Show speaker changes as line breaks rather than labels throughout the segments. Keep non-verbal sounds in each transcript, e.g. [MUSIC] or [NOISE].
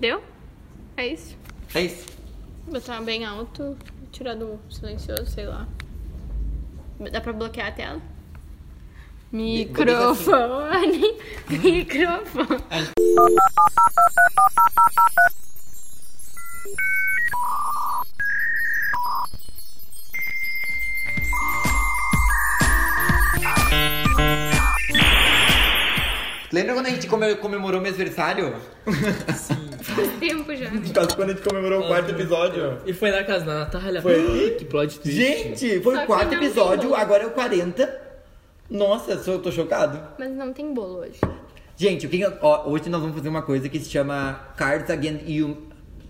Deu? É isso.
É isso.
Botar bem alto, tirar do silencioso, sei lá. Dá pra bloquear a tela?
[LAUGHS]
Microfone! Microfone!
Lembra quando a gente come- comemorou meu aniversário?
Faz tempo já.
Caso Então, quando a gente comemorou o
Uhum.
quarto episódio.
E foi na casa da Natália. Ah,
Foi.
Que plot twist.
Gente, foi
Só
o
que
quarto
não tem
episódio,
bolo.
agora é o 40. Nossa, eu sou- eu tô chocado.
Mas não tem bolo hoje.
Gente, o que que- ó, hoje nós vamos fazer uma coisa que se chama Cards Against, Hum-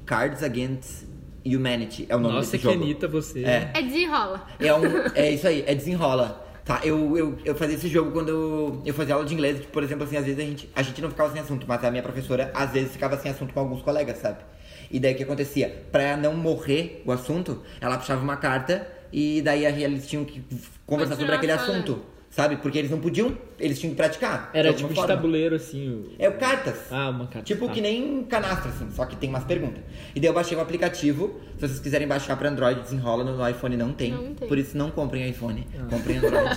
Cards Against Humanity. É o nome
Nossa,
desse
que
jogo.
Anitta você.
É.
É desenrola.
É, um, é isso aí, é desenrola. Tá, eu, eu, eu fazia esse jogo quando eu, eu fazia aula de inglês, que, por exemplo, assim, às vezes a gente, a gente não ficava sem assunto, mas a minha professora às vezes ficava sem assunto com alguns colegas, sabe? E daí o que acontecia? Pra não morrer o assunto, ela puxava uma carta e daí a- eles tinham que conversar sobre
Continuar
aquele
falando.
assunto, sabe? Porque eles não podiam, eles tinham que praticar.
Era
de
tipo
alguma
de
É forma.
tabuleiro, assim. o-
É o cartas.
Ah, uma carta.
Tipo
tá.
que nem canastra, assim, só que tem umas perguntas. E daí eu baixei o aplicativo. Se vocês quiserem baixar pra Android, desenrola no iPhone, não tem.
Não tem.
Por isso não comprem iPhone, comprem Android.
[LAUGHS]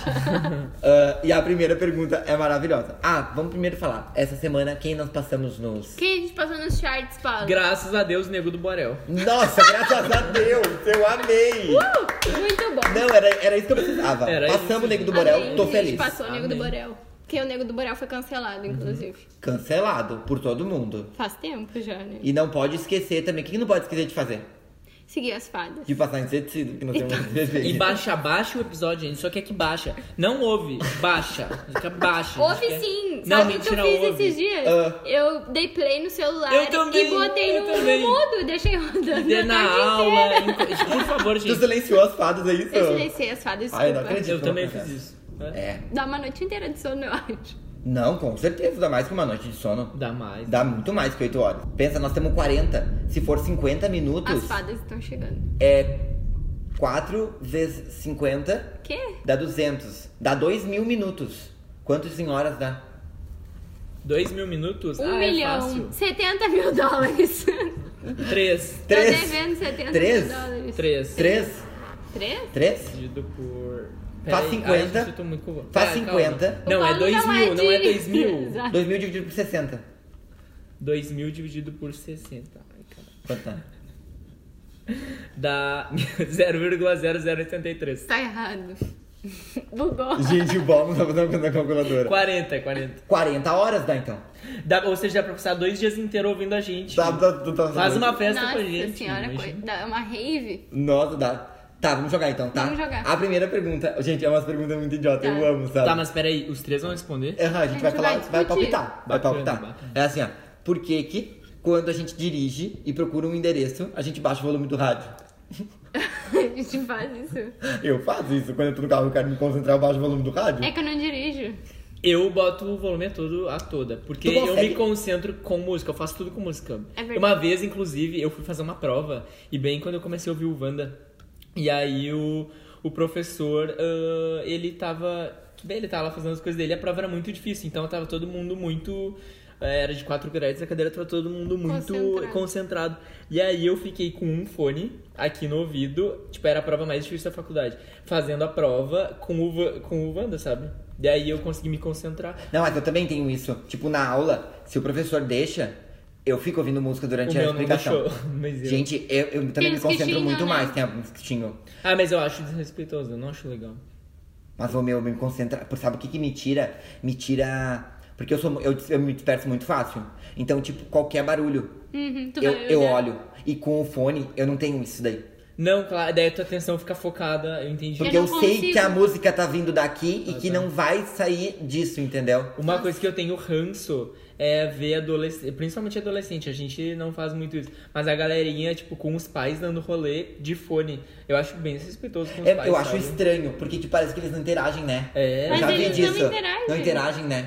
Ah, e a primeira pergunta é maravilhosa. Ah, vamos primeiro falar. Essa semana, quem nós passamos nos.
Que a gente passou nos charts, Paulo.
Graças a Deus, nego do Borel.
Nossa, graças a Deus! Eu amei!
Uh, muito bom.
Não, era, era isso que eu precisava.
Era isso.
Passamos o Nego do
Amém,
Borel, tô
gente,
feliz. Uhum.
Passou o Nego do
Amém.
Borel. Porque o Nego do Borel foi cancelado, inclusive.
Cancelado por todo mundo.
Faz tempo já, né?
E não pode esquecer também. O que que não pode esquecer de fazer?
Seguir as fadas.
De passar inseticida, que nós temos que beber.
E baixa, baixa o episódio, gente. Só quer que baixa. Não ouve, baixa. Fica baixa.
Houve
gente.
sim!
Não,
Sabe o que eu
mentira,
fiz
ouve.
esses dias?
Ah.
Eu dei play no celular
Eu também,
e botei
eu
no
também.
mudo e deixei rodando
Dê
a
na
tarde
aula. Ah.
inteira.
em- Por
[LAUGHS]
favor,
Tu
gente.
silenciou as fadas, é isso?
Eu silenciei as fadas, desculpa.
Ai, não acredito.
Eu também
Não,
fiz
não.
isso.
É.
Dá uma noite inteira de sono, eu acho.
Não, com certeza, dá mais que uma noite de sono.
É. Dá mais.
Dá muito mais que 8 horas. Pensa, nós temos 40. Se for 50
As
minutos,
fadas estão chegando.
é 4 vezes 50,
Quê?
dá 200. Dá 2 mil minutos. Quantos em horas dá?
Dois mil minutos?
Um
ah, é
milhão.
fácil.
70 mil dólares.
Três.
Tô
Três.
devendo 70
Três.
mil dólares.
Três.
3?
3?
3?
Dividido por...
Faz
Peraí,
50.
ai, gente, eu tô muito com-
Faz
Ah,
50.
calma. Não, é dois mil, não é
[LAUGHS]
dois mil.
2 mil dividido por 60.
2 mil dividido por 60. Ai, cara.
Quanto dá?
Dá [LAUGHS] 0,0083.
Tá errado. [LAUGHS] Bugou.
Gente, o Bob não tá fazendo na calculadora.
40, 40.
40 horas dá então. Tá,
Dá, ou seja, dá pra passar dois dias inteiros ouvindo a gente.
Dá, dá, dá, dá-
Faz uma festa
Nossa
pra gente.
senhora,
imagina.
coisa. dá uma rave. [LAUGHS]
Nossa, dá. Tá, vamos jogar então, tá?
Vamos jogar.
A primeira pergunta. Gente, é umas perguntas muito idiota,
Tá.
eu amo, sabe?
Tá, mas peraí, os três vão responder?
Aham, a gente vai falar, vai
discutir.
palpitar. Vai
Bacana,
palpitar.
bacana.
É assim, ó. Por que que quando a gente dirige e procura um endereço, a gente baixa o volume do rádio? [LAUGHS]
A gente faz isso.
Eu faço isso. Quando eu tô no carro e eu quero me concentrar, eu baixo o volume do rádio.
É que eu não dirijo.
Eu boto o volume a todo a toda, porque
Tu
eu
consegue?
me concentro com música, eu faço tudo com música.
É verdade.
Uma vez, inclusive, eu fui fazer uma prova, e bem quando eu comecei a ouvir o Wanda, e aí o, o professor, ah, ele tava. tudo Bem, ele tava lá fazendo as coisas dele, a prova era muito difícil, então tava todo mundo muito. eh, Era de quatro créditos, a cadeira tava todo mundo muito
Concentrado.
concentrado. E aí eu fiquei com um fone aqui no ouvido, tipo, era a prova mais difícil da faculdade, fazendo a prova com o, Va- com o Wanda, sabe? E aí eu consegui me concentrar.
Não, mas eu também tenho isso. Tipo, na aula, se o professor deixa, eu fico ouvindo música durante
O
a
meu não
explicação.
deixou, [LAUGHS] mas eu-
Gente, eu, eu também
Tem
me
uns que
concentro
xingam,
muito
né?
mais. Tem alguns que xingam.
Ah, mas eu acho desrespeitoso, eu não acho legal.
Mas o meu me concentra. por- Sabe o que, que me tira? Me tira. Porque eu sou. mu- Eu, eu me disperso muito fácil. Então, tipo, qualquer barulho.
Uhum, tu
Eu,
vai
eu
olhar.
olho. E com o fone, eu não tenho isso daí.
Não, claro, daí a tua atenção fica focada, eu entendi.
Porque
Eu
eu,
não
sei
consigo.
que a música tá vindo daqui e
Ah,
que
tá.
não vai sair disso, entendeu?
Uma coisa que eu tenho ranço é ver adolescente, principalmente adolescente, a gente não faz muito isso, mas a galerinha, tipo, com os pais dando rolê de fone. Eu acho bem desrespeitoso com os
É,
pais.
eu acho
sabe?
estranho, porque tipo, parece que eles não interagem, né?
É.
Eu
Mas
já vi
eles não
disso.
interagem.
Não interagem, né?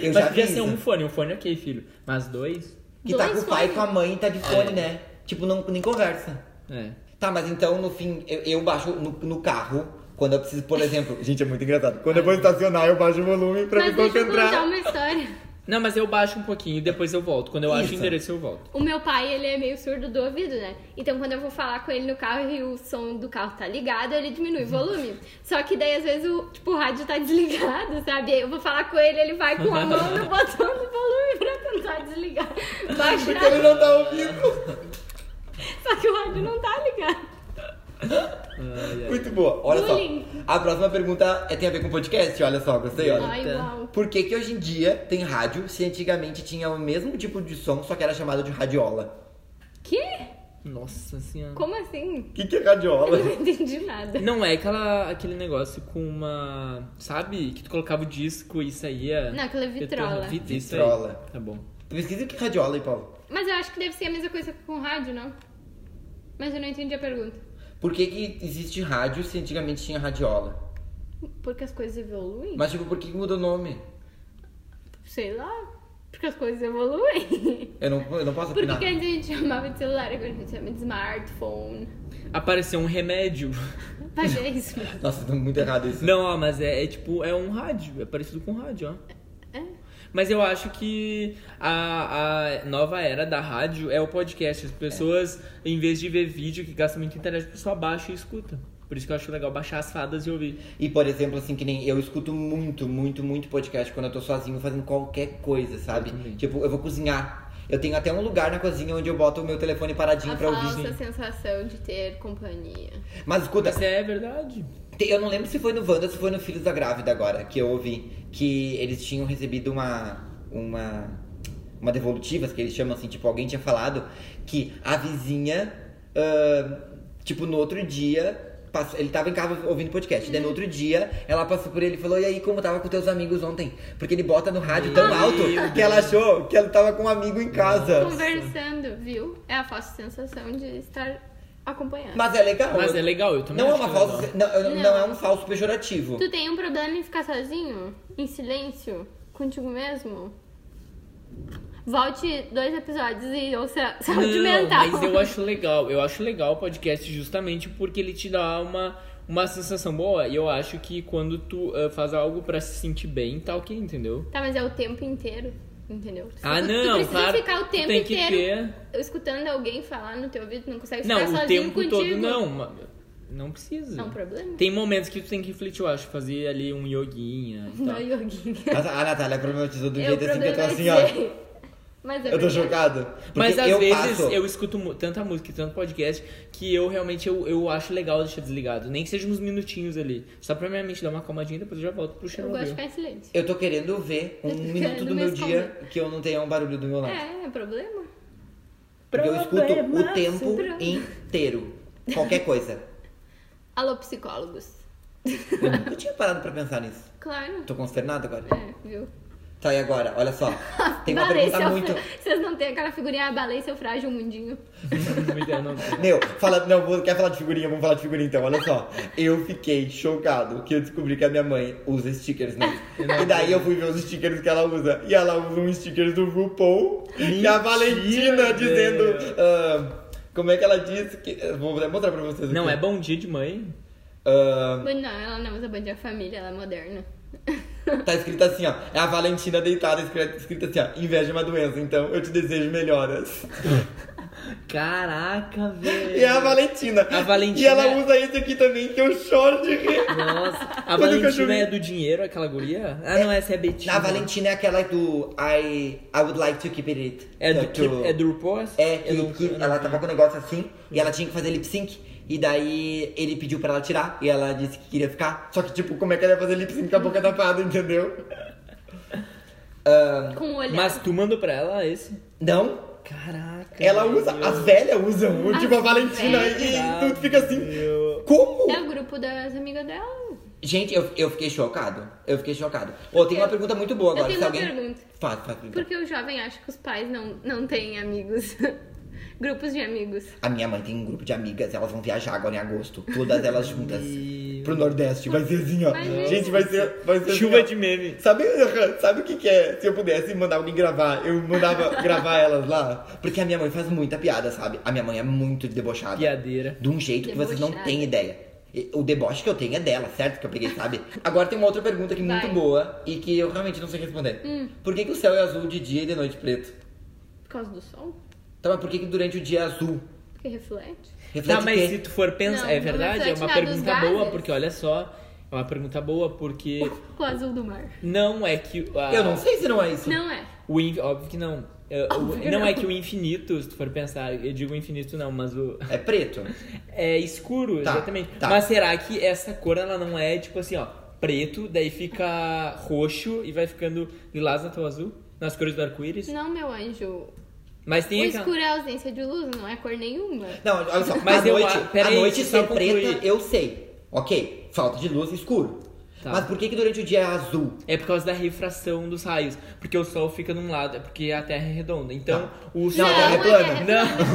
Eu
mas
já vi
podia
isso.
ser um fone, um fone ok, filho. Mas dois?
Que tá com
Dois
o pai e
fones.
com a mãe, tá de fone,
É.
né? Tipo, não, nem conversa.
É.
Tá, mas então no fim, eu, eu baixo no, no carro, quando eu [LAUGHS] preciso, por exemplo. Gente, é muito engraçado. Quando eu vou estacionar, eu baixo o volume pra
Mas
me
deixa eu
concentrar.
contar uma história.
Não, mas eu baixo um pouquinho e depois eu volto. Quando eu acho
Isso.
o endereço, eu volto.
O meu pai, ele é meio surdo do ouvido, né? Então, quando eu vou falar com ele no carro e o som do carro tá ligado, ele diminui o volume. Só que daí, às vezes, o, tipo, o rádio tá [LAUGHS] desligado, sabe? Aí Eu vou falar com ele, ele vai com a mão no botão do volume pra tentar desligar.
[LAUGHS] Porque ele
Baixar,
não tá ouvindo.
só que o rádio não tá ligado.
Muito boa. Olha só.
Bullying.
A próxima pergunta é, tem a ver com podcast, olha só, gostei, olha.
Ai,
Eita.
uau.
Por que, que hoje em dia tem rádio se antigamente tinha o mesmo tipo de som, só que era chamado de radiola?
Que?
Nossa senhora.
Como assim? [LAUGHS]
O que, que é radiola?
Eu não entendi nada.
Não é aquela, aquele negócio com uma. Sabe? Que tu colocava o disco e saía.
Não, aquela vitrola.
Vit- isso aí.
Vitrola.
Tá bom.
[LAUGHS] Pesquisa o que é radiola aí, Paulo.
Mas eu acho que deve ser a mesma coisa com rádio, não? Mas eu não entendi a pergunta.
Por que, que existe rádio se antigamente tinha radiola?
Porque as coisas evoluem?
Mas, tipo, por que que mudou o nome?
Sei lá. Porque as coisas
[LAUGHS]
evoluem.
Eu não, eu não posso
Por que é
opinar.
que antes a gente chamava de celular, agora a gente chama de smartphone.
Apareceu um remédio. [LAUGHS]
Mas é isso.
Nossa, tá muito errado isso.
Não, ó, mas é, é tipo, é um rádio. É parecido com um rádio, ó.
É.
Mas eu acho que a, a nova era da rádio é o podcast. As pessoas, em vez de ver vídeo que gasta muito internet, a pessoa baixa e escuta. Por isso que eu acho legal baixar as fadas e ouvir.
E, por exemplo, assim, que nem eu escuto muito, muito, muito podcast quando eu tô sozinho fazendo qualquer coisa, sabe? tipo, eu vou cozinhar. Eu tenho até um lugar na cozinha onde eu boto o meu telefone
é
paradinho
A
pra ouvir.
falsa sensação de ter companhia.
Mas escuta,
Mas é verdade.
Tem- Eu não lembro se foi no Wanda ou se foi no Filhos da Grávida agora, que eu ouvi que eles tinham recebido uma. uma. uma devolutiva, que eles chamam assim, tipo, alguém tinha falado que a vizinha, ah, tipo, no outro dia. pass- Ele tava em casa ouvindo podcast. Daí no outro dia, ela passou por ele e falou: E aí, como tava com teus amigos ontem? Porque ele bota no rádio tão alto que ela achou que ela tava com um amigo em casa.
Conversando, viu? É a falsa sensação de estar acompanhando.
Mas é legal.
Mas é legal, eu também
Não é
acho
uma
legal.
falsa. Não, eu- não
Não.
é um falso pejorativo.
Tu tem um problema em ficar sozinho? Em silêncio? Contigo mesmo? Volte dois episódios e ouça saúde
Não,
mental.
mas eu acho legal. Eu acho legal o podcast justamente porque ele te dá uma, uma sensação boa. E eu acho que quando tu eh, faz algo pra se sentir bem, tá ok, entendeu?
Tá, mas é o tempo inteiro, entendeu?
Ah,
tu,
não,
Tu precisa
claro,
ficar o
tu
tempo
tem que
inteiro escutando alguém falar no teu ouvido, tu não consegue
não,
ficar
o
sozinho
tempo
contigo.
todo não. ma- Não precisa.
É um problema?
Tem momentos que tu tem que refletir, eu acho. Fazer ali um yoguinha e
Não,
tal.
Yoguinha.
Mas a Ah, Natália problematizou do
É, o
jeito assim que eu tô
problema
assim,
é
ó.
ser. Mas é
Eu tô
verdade.
chocado. Porque
Mas às
eu
vezes
passo...
eu escuto mu- tanta música e tanto podcast que eu realmente eu, eu acho legal deixar desligado. Nem que seja uns minutinhos ali. Só pra minha mente dar uma acalmadinha e depois eu já volto pro
Eu
Chernobyl.
gosto é de ficar em silêncio.
eu tô querendo ver um
Eu tô
minuto
querendo
do meu
mesmo
dia que eu não tenha um barulho do meu lado.
É, é problema.
Porque eu escuto o tempo
Problema.
inteiro. Qualquer coisa.
Alô, psicólogos.
Eu nunca tinha parado pra pensar nisso.
Claro.
Tô consternado agora.
É, viu?
Tá, e agora? Olha só. Tem uma
Balei
pergunta
seu-
muito...
[LAUGHS] Vocês não têm aquela figurinha, ah, balei seu frágil mundinho.
Eu [LAUGHS] não-
Meu, fala, não, vou- quer falar de figurinha? Vamos falar de figurinha então, olha só. Eu fiquei chocado que eu descobri que a minha mãe usa stickers, né? E daí eu fui ver os stickers que ela usa. E ela usa um sticker do RuPaul e a Valentina
velho.
dizendo. ah, como é que ela disse? Que, eu vou até mostrar pra vocês.
Não,
aqui.
é bom dia de mãe?
Ah,
Mas não, ela não usa bandia família, ela é moderna.
tá escrito assim, ó. É a Valentina deitada, escrito, escrito assim, ó. Inveja é uma doença, então eu te desejo melhoras.
Caraca, velho.
E é a Valentina.
A Valentina-
E ela usa esse aqui também, que eu choro de rir. [LAUGHS]
Nossa, a
Quando que eu
Valentina
joguei?
é do dinheiro, aquela guria? Ah, não, essa é a Betina.
A Valentina é aquela do I, I would like to keep it.
É do,
To-
que- é do RuPaul? essa?
É, que,
Eu não-
que
eu não-
ela tava com um negócio assim e ela tinha que fazer lip sync. E daí ele pediu pra ela tirar e ela disse que queria ficar. Só que, tipo, como é que ela ia fazer lip sync com a boca tapada, entendeu? Ahn,
Com o olhar.
Mas tu mandou pra ela esse?
não,
Caraca.
ela usa,
meu.
as velhas usam, tipo a Valentina, e
velhas.
tudo fica assim.
Meu.
Como?
É o grupo das amigas dela.
Gente, eu, eu fiquei chocado. Eu fiquei chocado. Ô, tem uma pergunta muito boa
Eu
agora.
tenho
se
uma
alguém.
pergunta.
Faz, faz, pergunta.
Por que o jovem acha que os pais não, não têm amigos? [LAUGHS] Grupos de amigos.
A minha mãe tem um grupo de amigas, elas vão viajar agora em agosto, todas elas juntas. pro Nordeste, vai ser assim, ó.
Imagina.
Gente, vai ser. Vai ser
Chuva
assim, ó.
de meme.
Sabe, [LAUGHS] sabe o que, que é? Se eu pudesse mandar alguém gravar, eu
[LAUGHS]
mandava gravar elas lá. Porque a minha mãe faz muita piada, sabe? A minha mãe é muito debochada.
Piadeira.
De um jeito que vocês não
Debochada.
têm ideia. E- O deboche que eu tenho é dela, certo? Que eu peguei, sabe? Agora tem uma outra pergunta aqui muito
Vai. Hum.
boa e que eu realmente não sei responder. Por que, que o céu é azul de dia e de noite preto?
Por causa do sol?
Tá, mas por que, que durante o dia é azul?
Porque reflete.
Reflete
Tá,
o
mas
é quê?
se tu for pensar.
Não,
É
não
verdade, é
reflete
uma
nada dos
pergunta boa,
gases.
porque olha só. É uma pergunta boa, porque.
O azul do mar.
Não é que. a-
Eu não sei se não é isso.
Não é.
O in- Óbvio que não. É,
[LAUGHS]
o-
Óbvio que
Não
não.
é que o infinito, se tu for pensar, eu digo infinito não, mas o.
É preto.
É escuro,
Tá,
exatamente.
tá.
Mas será que essa cor ela não é tipo assim, ó, preto, daí fica roxo e vai ficando lilás na tua azul? Nas cores do arco-íris?
Não, meu anjo.
Mas tem
o
aquela-
escuro é ausência de luz, não é cor nenhuma.
Não, olha só.
Mas
a
eu
noite,
a- pera
a
aí,
noite
deixa eu
ser
só
preta,
concluir.
eu sei. Ok. Falta de luz, escuro.
Tá.
Mas por que, que durante o dia é azul?
[LAUGHS] É por causa da refração dos raios. Porque o sol fica num lado, é porque a terra é redonda. Então, o sol.
Não, a terra é
a
plana.
terra-
Não,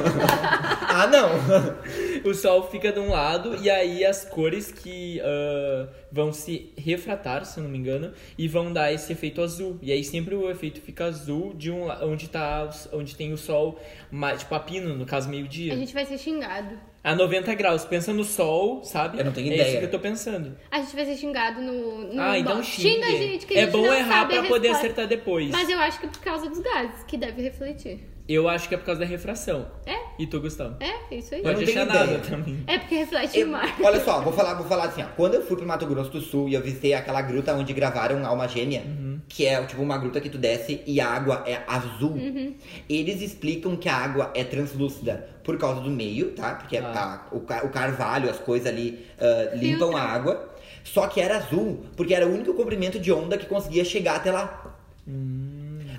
Ah, não.
o sol fica de um lado e aí as cores que ah, vão se refratar, se eu não me engano, e vão dar esse efeito azul. E aí sempre o efeito fica azul de um la- onde tá os- onde tem o sol, mais, tipo a pino, no caso
A
meio-dia.
gente vai ser xingado.
A 90 graus, pensa no sol, sabe?
Eu não tenho
é
ideia.
isso que eu tô pensando.
A gente vai ser xingado no. no
ah, então
box. xinga.
xinga.
a gente, que
é
a gente
bom
não
errar
sabe a
pra poder
resposta.
acertar depois.
Mas eu acho que é por causa dos gases, que deve refletir.
Eu acho que é por causa da refração.
É?
E tu, Gustavo?
É, isso aí.
Eu
Pode
não
deixar
tenho
nada
ideia.
também.
É porque reflete
Eu-
o mar.
olha só, vou falar, vou falar assim, ó. Quando eu fui pro Mato Grosso do Sul e eu visitei aquela gruta onde gravaram Alma Gêmea,
Uhum.
que é tipo uma gruta que tu desce e a água é azul,
Uhum.
eles explicam que a água é translúcida por causa do meio, tá? Porque
Ah.
a- o, ca- o carvalho, as coisas ali ah, limpam
Filtra.
a água. Só que era azul, porque era o único comprimento de onda que conseguia chegar até lá.
Hum.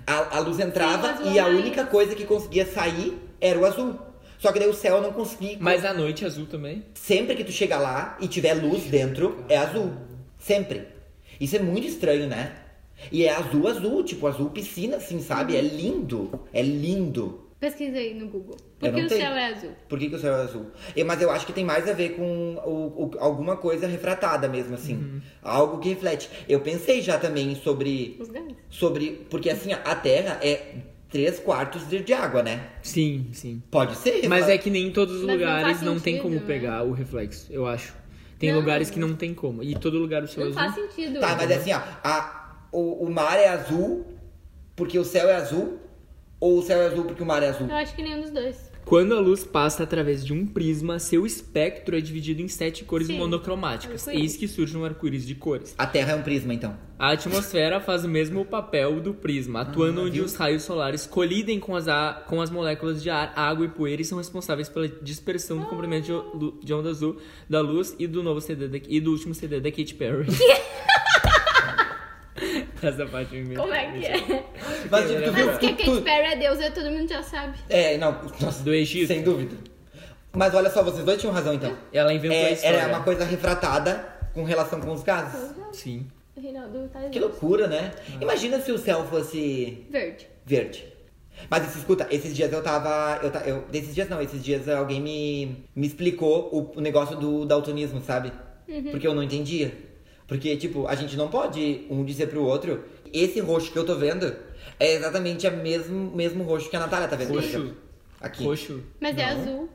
A, a luz entrava
Sim, o azul
e a
lá, é hein?
única coisa que conseguia sair era o azul. Só que daí o céu não conseguia
Mas a noite é azul também.
sempre que tu chegar lá e tiver luz dentro, é azul. Sempre. Isso é muito estranho, né? E é azul, azul, tipo azul piscina, assim, sabe? É lindo. É lindo.
Pesquisa aí no Google. Por
Eu não
que o
tenho.
céu é azul?
Por que, que o céu é azul? E- mas eu acho que tem mais a ver com o- o- alguma coisa refratada mesmo, assim.
Uhum.
Algo que reflete. Eu pensei já também sobre.
Os gases.
Sobre. Porque assim, ó, a Terra é três quartos de, de água, né?
Sim, sim.
Pode ser.
Mas é que nem em todos os
Mas não faz
lugares não, tem
sentido,
como
né?
pegar o reflexo, eu acho. Tem
Não.
lugares que não tem como. E todo lugar o
Não
seu
faz
azul.
sentido.
Tá, mas é assim, ó. a- o, o mar é azul porque o céu é azul? Ou o céu é azul porque o mar é azul?
Eu acho que nenhum dos dois.
Quando a luz passa através de um prisma, seu espectro é dividido em sete cores
Sim. É
monocromáticas.
Arco-íris.
Eis que surge um arco-íris de cores.
A Terra é um prisma, então.
A atmosfera faz o mesmo papel do prisma, atuando
Ah,
onde os raios solares colidem com as, a- com as moléculas de ar, água e poeira e são responsáveis pela dispersão do comprimento de o- lu- de onda azul da luz e do novo CD da- e do último CD da
[LAUGHS]
Katy Perry. [LAUGHS] Essa parte me
Como é que é?
Mas tipo, tu
Mas que a
viu?
Katy
Tu, tu,
Perry é deusa, todo mundo já sabe.
é, não. Nossa,
Do Egito?
Sem dúvida. Mas olha só, vocês dois tinham razão, então.
Ela inventou a
É,
história.
era uma coisa refratada com relação com os gases.
Sim.
O Reinaldo tá
Que loucura, né? Imagina se o céu fosse
Verde.
verde. Mas isso, escuta, esses dias eu tava. Eu, ta- eu, desses dias não, esses dias alguém me, me explicou o, o negócio do daltonismo, sabe? Porque eu não entendia. Porque, tipo, a gente não pode um dizer pro outro, esse roxo que eu tô vendo é exatamente o mesmo, mesmo roxo que a Natália tá vendo. por
Roxo.
exemplo. Aqui.
Roxo
Mas é azul.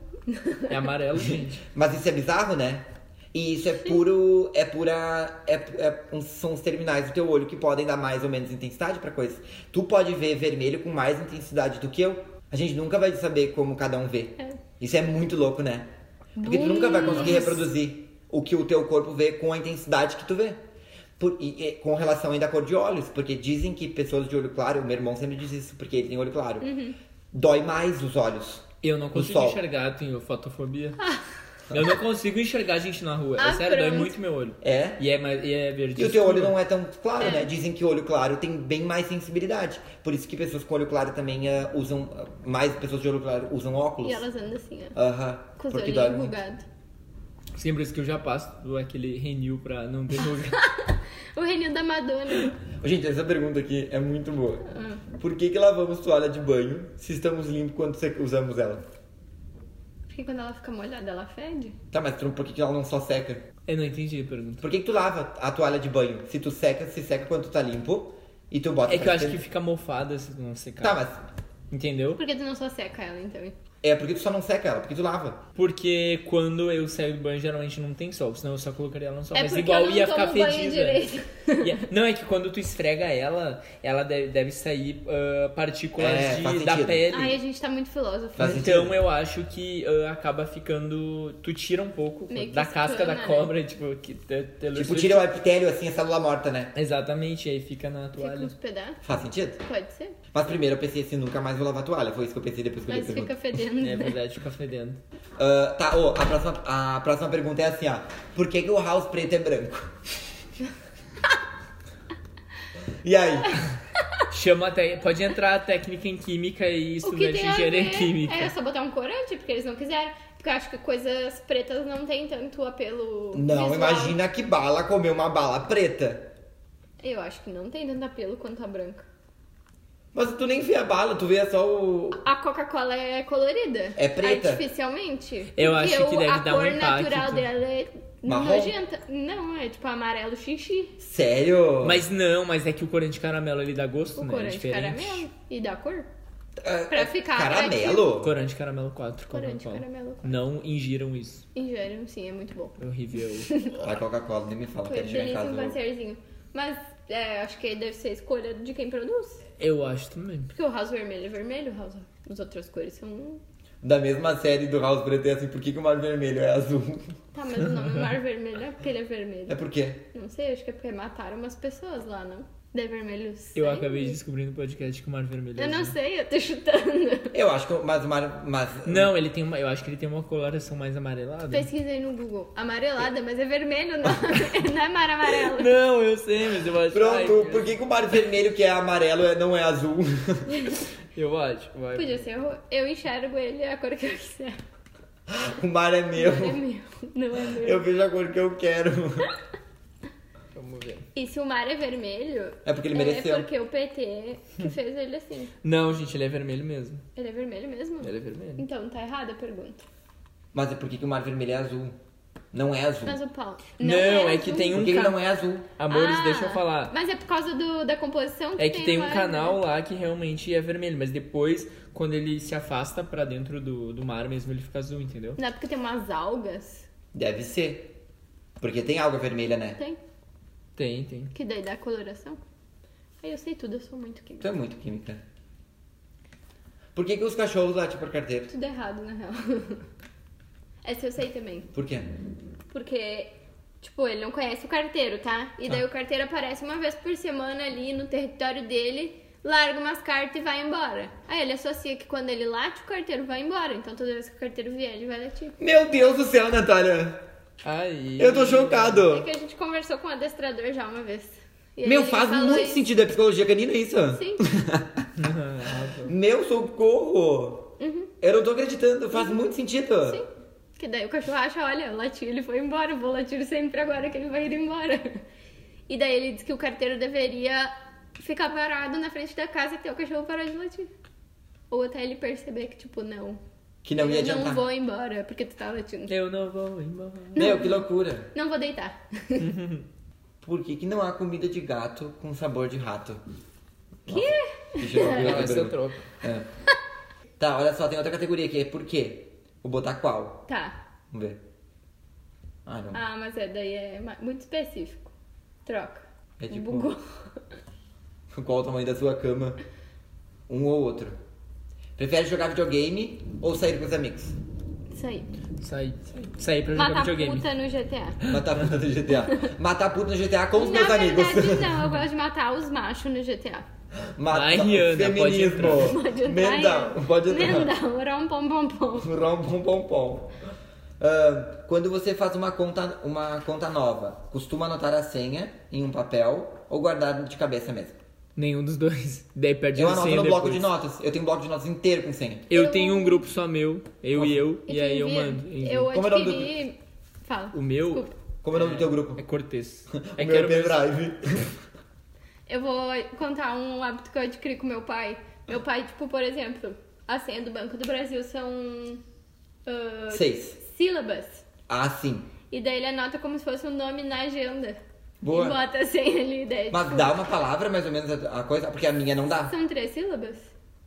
[LAUGHS]
é amarelo, gente.
Mas isso é bizarro, né? E isso é puro. É pura. É, é- uns- são os terminais do teu olho que podem dar mais ou menos intensidade pra coisa. Tu pode ver vermelho com mais intensidade do que eu. A gente nunca vai saber como cada um vê.
É.
Isso é muito louco, né? Porque tu nunca vai conseguir reproduzir o que o teu corpo vê com a intensidade que tu vê. Por- e- e com relação ainda à cor de olhos, porque dizem que pessoas de olho claro, o meu irmão sempre diz isso, porque ele tem olho claro, dói mais os olhos.
Eu não consigo
sol.
enxergar, tenho fotofobia. Eu não consigo enxergar gente na rua. É
Ah,
sério, dói
pronto.
muito meu olho.
É?
E é, mais- e é verde.
E o teu olho
escuro.
não é tão claro, né? Dizem que olho claro tem bem mais sensibilidade. Por isso que pessoas com olho claro também ah, usam. ah, mais pessoas de olho claro usam óculos.
E elas andam assim, ó.
Aham.
Com os
porque dói
olhinhos
muito.
bugados.
Sempre isso que eu já passo do aquele renew pra não ter
[LAUGHS]
ruga.
O Renil da Madonna.
Gente, essa pergunta aqui é muito boa.
Ah.
Por que, que lavamos toalha de banho se estamos limpos quando se- usamos ela?
Porque quando ela fica molhada, ela fede.
Tá, mas Trum, por que, que ela não só seca?
eu não entendi a pergunta.
Por que, que tu lava a toalha de banho? Se tu seca, se seca quando tu tá limpo e
Ah,
tu bota.
É que eu
pra
acho que
secar.
fica mofada se não secar.
Tá, mas.
Entendeu?
Porque tu não só seca ela, então.
É porque tu só não seca ela, porque tu lava.
Porque quando eu saio do banho, geralmente não tem sol, senão eu só colocaria ela no sol.
É
Mas
porque
igual
eu não
ia
tomo
ficar
banho
fedida.
direito.
[LAUGHS] Ia- Não, é que quando tu esfrega ela, ela deve, deve sair ah, partículas
É,
de-
faz
da
sentido.
pele.
Ai, a gente tá muito filósofo.
Faz
Então
sentido.
eu acho que ah, acaba ficando. Tu tira um pouco
Meio que
da casca
escama,
da
né?
cobra, [LAUGHS] tipo, que te- te-
Tipo, tira o epitélio assim, a célula morta, né?
Exatamente, aí fica na
Fica
toalha.
uns pedaços?
Faz sentido?
Pode ser?
Mas primeiro eu pensei assim, nunca mais vou lavar toalha. Foi isso que eu pensei depois que eu li a
Mas
pergunta.
fica fedendo.
É verdade, fica fedendo.
Ah, tá, ô, a, próxima, a próxima pergunta é assim, ó. Por que, que o house preto é branco? [LAUGHS] e aí?
Chama até. Pode entrar a técnica em química e
[LAUGHS] O que
estudante é de
tem a
engenharia
ver
química.
é só botar um corante, porque eles não quiseram. Porque eu acho que coisas pretas não tem tanto apelo
Não,
visual.
imagina que bala comer uma bala preta.
Eu acho que não tem tanto apelo quanto a branca.
Mas tu nem vê a bala, tu vê só o...
A Coca-Cola é colorida.
É preta?
Artificialmente.
Eu
Porque
acho que
o-
deve
a
dar um
cor
impacto.
natural dela é
Marrom?
nojenta. Não, é tipo amarelo xixi.
Sério?
Mas não, mas é que o corante caramelo ele dá gosto,
O
né? é
corante
diferente.
caramelo. E da cor.
Ah,
pra ficar
Caramelo?
Corante caramelo 4,
Corante
Coca-Cola.
caramelo 4.
Não ingiram isso.
Ingeriam, sim, é muito bom.
É
[LAUGHS]
Horrível.
A Coca-Cola, nem me fala que
Foi
é minha
delícia
casa.
um
né?
pancerzinho. Mas é, acho que aí deve ser escolha de quem produz.
Eu acho também.
Porque o House Vermelho é vermelho, o House. As outras cores são.
Da mesma série do house preto é assim, por que, que o mar vermelho é azul?
Tá, mas o nome Mar Vermelho é porque ele é
É
vermelho.
por quê?
Não sei, acho que é porque mataram umas pessoas lá, não? De vermelho.
Eu
sangue?
acabei de descobrir no podcast que o mar vermelho. é
Eu não
azul.
sei, eu tô chutando.
Eu acho que... o- Mas o mar... Mas...
Não, ele tem uma. Eu acho que ele tem uma coloração mais amarelada.
Pesquisei no Google. Amarelada, mas é vermelho, não. [LAUGHS] não é mar amarelo.
Não, eu sei, mas eu acho. Ai,
Pronto,
cara.
por que, que o mar vermelho que é amarelo é- não é azul? [LAUGHS]
Eu acho. Vai.
Podia ser, ro- eu enxergo ele a cor que eu quiser.
o mar é meu.
Não é meu, não é meu.
Eu vejo a cor que eu quero.
Vamos ver.
E se o mar é vermelho.
É porque ele mereceu.
É porque o PT que fez ele assim.
Não, gente, ele é vermelho mesmo.
Ele é vermelho mesmo?
Ele é vermelho.
Então tá errada a pergunta.
Mas é por que, que o mar vermelho é azul? Não é azul.
Mas o pau.
Não, é que
azul.
tem um
Por que que
ca-
não é azul?
Amores,
Ah,
deixa eu falar.
Mas é por causa do, da composição que
É que tem
o
um
mar,
canal
né?
lá que realmente é vermelho, mas depois, quando ele se afasta pra dentro do, do mar mesmo, ele fica azul, entendeu?
Não é porque tem umas algas?
Deve ser. Porque tem alga vermelha,
É.
né?
Tem.
Tem, tem.
Que daí dá coloração. Aí eu sei tudo, eu sou muito
Isso
química.
é muito química. Por que, que os cachorros latem por carteiro?
Tudo errado, na real. [LAUGHS] Essa eu sei também.
Por quê?
Porque, tipo, ele não conhece o carteiro, tá? E daí o carteiro aparece uma vez por semana ali no território dele, larga umas cartas e vai embora. Aí ele associa que quando ele late, o carteiro vai embora. Então toda vez que o carteiro vier, ele vai latir.
Meu Deus do céu, Natália!
Aí.
Eu tô
É
chocado!
que a gente conversou com o adestrador já uma vez. E
Meu,
ele
faz
falou
muito
isso.
sentido. É psicologia canina isso?
Sim.
Meu socorro! Eu não tô acreditando. Faz muito sentido.
Uhum. Sim. Que daí o cachorro acha, olha, latir, ele foi embora, eu vou latir sempre agora que ele vai ir embora. E daí ele diz que o carteiro deveria ficar parado na frente da casa até o cachorro parar de latir. Ou até ele perceber que, tipo, não.
Que não ia
eu
adiantar.
não vou embora porque tu tá latindo.
[LAUGHS] Eu não vou embora.
Meu, que loucura.
Não vou deitar. [LAUGHS]
Por que, que não há comida de gato com sabor de rato?
Que?
Que chegou a
[LAUGHS] Não,
primeira
essa eu
pergunta.
é troco.
É. Tá, olha só, tem outra categoria aqui. É por quê? Vou botar qual?
Tá.
Vamos ver. Ah, não.
Ah, mas é, daí é ma- muito específico. Troca. Um
É tipo-
Bugou.
Qual o tamanho da sua cama? Um ou outro. Prefere jogar videogame ou sair com os amigos?
Isso aí.
Saí. Saí pra jogar
Matar
videogame.
puta no GTA.
Matar puta no GTA. Matar puta no GTA com os
Na
meus amigos.
verdade, não. Eu gosto de matar os machos no GTA.
[LAUGHS] Mata
Ai, Rihanna, pode
feminismo.
entrar.
Pode entrar.
Mendão, pode entrar.
Mendão, rom pom pom pom.
Rom, pom, pom, pom. Ah, quando você faz uma conta, uma conta nova, costuma anotar a senha em um papel ou guardar de cabeça mesmo?
Nenhum dos dois. [LAUGHS] Daí perde
Eu
a
anoto
É senha
no bloco
depois.
de notas. Eu tenho um bloco de notas inteiro com senha.
Eu tenho um grupo só meu, eu e eu, e
tu
aí eu
envia?
mando. envio.
Eu
Como é o nome do
adquiri. Fala.
O meu
Desculpa.
Como é o nome do teu
é
grupo?
Cortez.
[LAUGHS] o
É que
meu é
era o meu-
pendrive.
Eu vou contar um hábito que eu adquiri com meu pai. Meu pai, tipo, por exemplo, a senha do Banco do Brasil são. ah,
[LAUGHS] Seis.
Sílabas.
Ah, sim.
E daí ele anota como se fosse um nome na agenda.
Boa.
E bota a senha ali. Daí,
Mas
tipo,
dá uma palavra mais ou menos a a coisa, porque a minha não dá.
São três sílabas?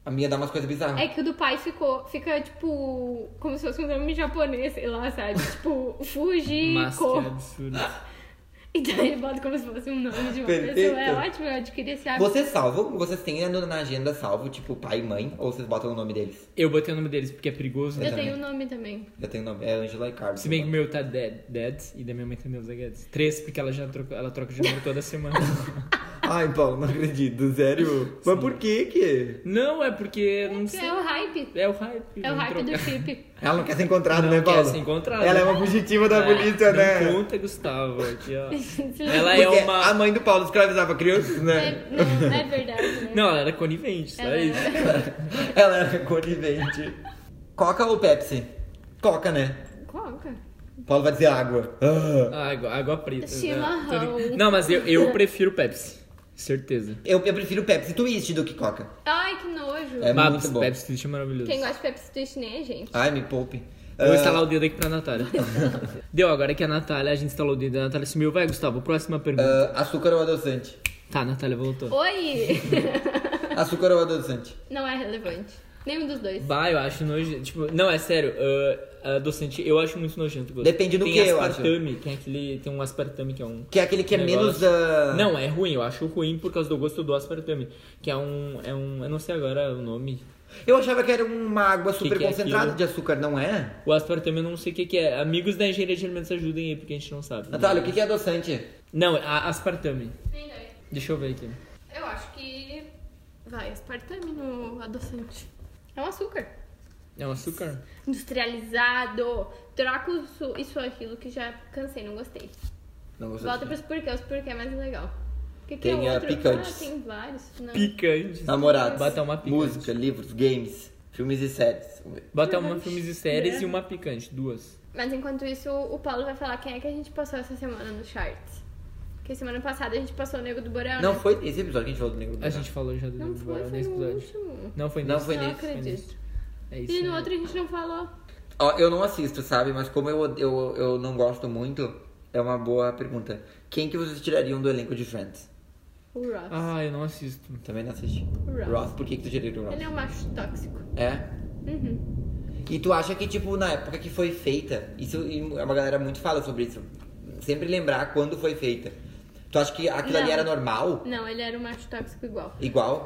A minha dá umas coisas bizarras.
É que o do pai ficou, fica tipo, como se fosse um nome japonês, sei lá, sabe? Tipo, Fuji,
Mas que
Ko.
absurdo.
Então ele bota como se fosse um nome de uma
Perfeito.
pessoa. É ótimo, eu adquiri esse hábito.
Vocês salvam? Vocês têm no- na agenda salvo, tipo, pai e mãe? Ou vocês botam o nome deles?
Eu botei o nome deles porque é perigoso.
Eu tenho o nome também.
Eu tenho nome. É Angela e Carlos.
Se bem que o meu tá dead, dead e da minha mãe também usa Guedes. Três, porque ela já troca, ela troca de número toda semana.
Ai, Paulo, Ah, então, não acredito, [LAUGHS] sério. Mas por que que?
não, é porque. Não sei.
É o hype.
É o hype.
É o
vamos
hype do
trocar.
chip.
[LAUGHS]
Ela não quer ser encontrada,
Não
né,
quer
Paulo?
ser encontrada.
Ela é uma fugitiva da
Ah,
polícia,
não
né?
Conta, Gustavo, aqui, ó.
[LAUGHS] Isso
Ela
Porque
é uma.
a mãe do Paulo escravizava crianças,
não é,
né?
[LAUGHS]
não é verdade, né?
Não, ela era conivente, só
Ela
isso.
Ela era conivente. Coca ou Pepsi? Coca, né?
Coca.
Paulo vai dizer água. Ah.
Água, água preta.
Chimarrão.
Não, tô- Não, mas eu, eu prefiro Pepsi. Certeza.
Eu, eu prefiro Pepsi Twist do que Coca.
Ai, que nojo.
É
Mas
muito bom.
Pepsi Twist é maravilhoso.
Quem gosta de Pepsi Twist nem a gente.
Ai, me poupe.
Vou
Ah,
instalar o dedo aqui
[LAUGHS]
pra Natália. Deu, agora que a Natália, a gente instalou o dedo, a Natália sumiu. Vai, Gustavo, próxima pergunta.
ah, açúcar ou adoçante?
Tá, a Natália voltou.
Oi! [LAUGHS]
Açúcar ou adoçante?
Não é relevante. Nenhum dos dois.
Bah, eu acho nojento. Tipo, não, é sério. ah, adoçante, eu acho muito nojento. gosto.
Depende do
tem
que, eu
aspartame, Tem aquele, tem um aspartame que é um...
Que é aquele que é
Negócio.
menos. ah,
Não, é ruim. Eu acho ruim por causa do gosto do aspartame. Que é um, é um... Eu não sei agora o nome.
Eu achava que era uma água super
que é
concentrada
aquilo?
de açúcar, não é?
O aspartame eu não sei o que, que é. Amigos da engenharia de alimentos ajudem aí, porque a gente não sabe.
Natália, o que que é adoçante?
Não, a- aspartame.
Nem dois.
Deixa eu ver aqui.
Eu acho que
Vai, aspartame no adoçante.
é um açúcar.
É um açúcar.
Industrializado. Troca o su- isso ou aquilo que já cansei, não gostei.
Não gostei.
Volta pros porquê, os porquê é mais legal. Porque que
Tem,
é
ah,
outro?
picantes.
Ah, tem vários. Não.
Picante.
Namorados.
Bota uma picante.
Música, livros, games, filmes e séries.
Bota uma filmes e séries
né?
e uma picante. Duas.
Mas enquanto isso, o Paulo vai falar quem é que a gente passou essa semana no Charts. Porque semana passada a gente passou o Nego do Borel,
Não
né?
foi nesse episódio que a gente falou do Negro do
A
Borel.
gente falou já do
Não
do
foi,
Borel
foi
nesse
no
episódio.
último.
Não foi
Não
nesse.
foi
Não
nesse, foi
acredito.
É isso.
E no
né?
outro a gente não falou.
Ó, eu não assisto, sabe? Mas como eu, eu, eu não gosto muito, é uma boa pergunta. Quem que vocês tirariam do elenco de Friends?
O Ross.
Ah, eu não assisto.
Também não assisti.
Ross.
Ross, por que, que tu tiraria o Ross?
Ele é um macho tóxico.
É?
Uhum.
E tu acha que, tipo, na época que foi feita, isso e uma galera muito fala sobre isso. Sempre lembrar quando foi feita. Tu acha que aquilo ali
Não.
era normal?
Não, ele era um macho tóxico igual.
Igual?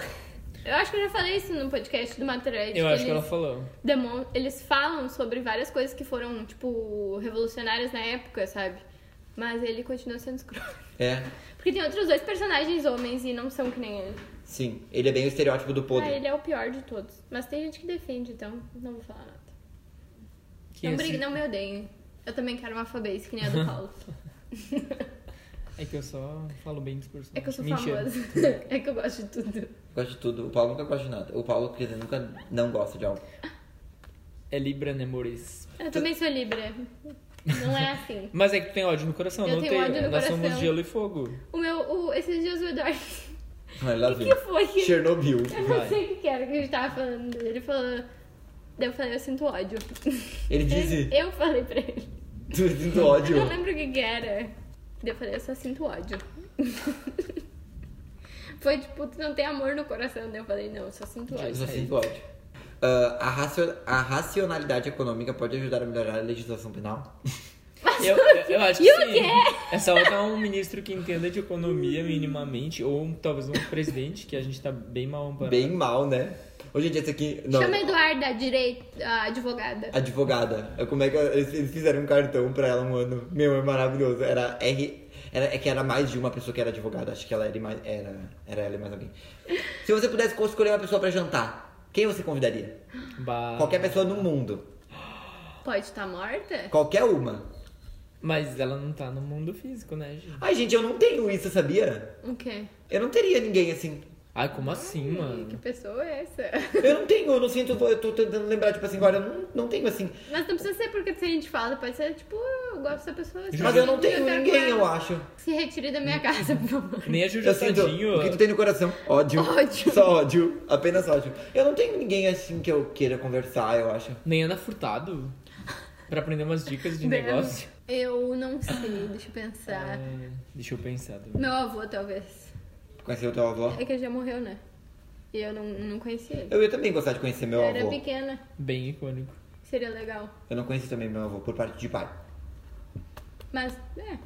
Eu acho que eu já falei isso no podcast do Matrix.
Eu acho que ela
eles,
falou.
demon- eles falam sobre várias coisas que foram, tipo, revolucionárias na época, sabe? Mas ele continua sendo escroto.
É.
Porque tem outros dois personagens homens e não são que nem ele.
Sim. Ele é bem o estereótipo do
Ah,
podre.
ele é o pior de todos. Mas tem gente que defende, então não vou falar nada.
Que
Não,
esse-
brigue, não me odeiem. Eu também quero uma fanbase que nem a
[LAUGHS]
do Paulo.
É que eu só falo bem dos personagens.
É que eu sou
Mentira.
famosa. [LAUGHS] É que eu gosto de tudo.
Gosto de tudo. O Paulo nunca gosta de nada. O Paulo, quer dizer, nunca não gosta de algo.
É Libra, né, Maurício?
Eu também sou Libra. Não é assim.
Mas é que tu tem ódio no coração,
Eu
não
tenho
tem.
ódio no
Nós
coração.
somos gelo e fogo.
O meu. O, esses dias o Eduardo.
Mas lá
O
viu.
que foi que.
Chernobyl.
Eu não sei o que era que a gente tava falando. Ele falou. Daí eu falei, eu sinto ódio.
Ele disse,
[LAUGHS] Eu falei pra ele.
tu [LAUGHS] sinto
Eu
ódio.
não lembro o que que era. Daí eu falei, eu só sinto ódio. [LAUGHS] Foi tipo, tu não tem amor no coração. Daí eu falei, não, eu só sinto
Eu
ódio.
só sinto Tipo assim, ódio. Ah, a, racio- a racionalidade econômica pode ajudar a melhorar a legislação penal?
Eu, eu, eu acho que
E o
sim.
quê?
É só botar um ministro que entenda de economia minimamente, ou um- talvez um presidente, que a gente tá bem mal amparado.
Bem mal, né? Hoje em dia, isso aqui. Não.
Chama a Eduarda, a direita, a advogada.
Advogada. É Como é que eles eles fizeram um cartão pra ela um ano? Meu, é maravilhoso. Era R. Era, é que era mais de uma pessoa que era advogada. Acho que ela era, e mais, era, era ela e mais alguém. Se você pudesse escolher uma pessoa pra jantar, quem você convidaria?
Bah.
Qualquer pessoa no mundo.
Pode estar morta?
Qualquer uma.
Mas ela não tá no mundo físico, né, gente?
Ai, gente, eu não tenho isso, sabia?
O quê?
Eu não teria ninguém assim.
Ai, como
Hum.
assim,
Ih, Que
mano?
pessoa é essa?
Eu não tenho, eu não sinto. Eu tô tentando lembrar, tipo assim, agora eu não, não tenho assim.
Mas não precisa ser porque a gente fala, pode ser tipo, eu gosto dessa pessoa. assim,
Mas eu não tenho
quero
ninguém,
que
eu Hum.
ela
acho.
Se retire da minha casa, por favor.
Nem a Juju
Eu sinto o que tu
Tadinho.
tem no coração. Ódio.
Ódio.
Só ódio. Apenas ódio. Eu não tenho ninguém assim que eu queira conversar, eu acho.
Nem Ana Furtado. Pra aprender umas
[LAUGHS]
dicas de
Deve.
negócio.
Eu não sei, deixa eu pensar.
É, deixa eu pensar também.
Meu avô, talvez.
Conheceu teu avó?
É que ele já morreu, né? E eu não, não conhecia ele.
Eu ia também gostar de conhecer meu
Eu era
avô.
pequena,
Bem icônico.
seria legal.
Eu não conheci também meu avô por parte de pai.
Mas, é.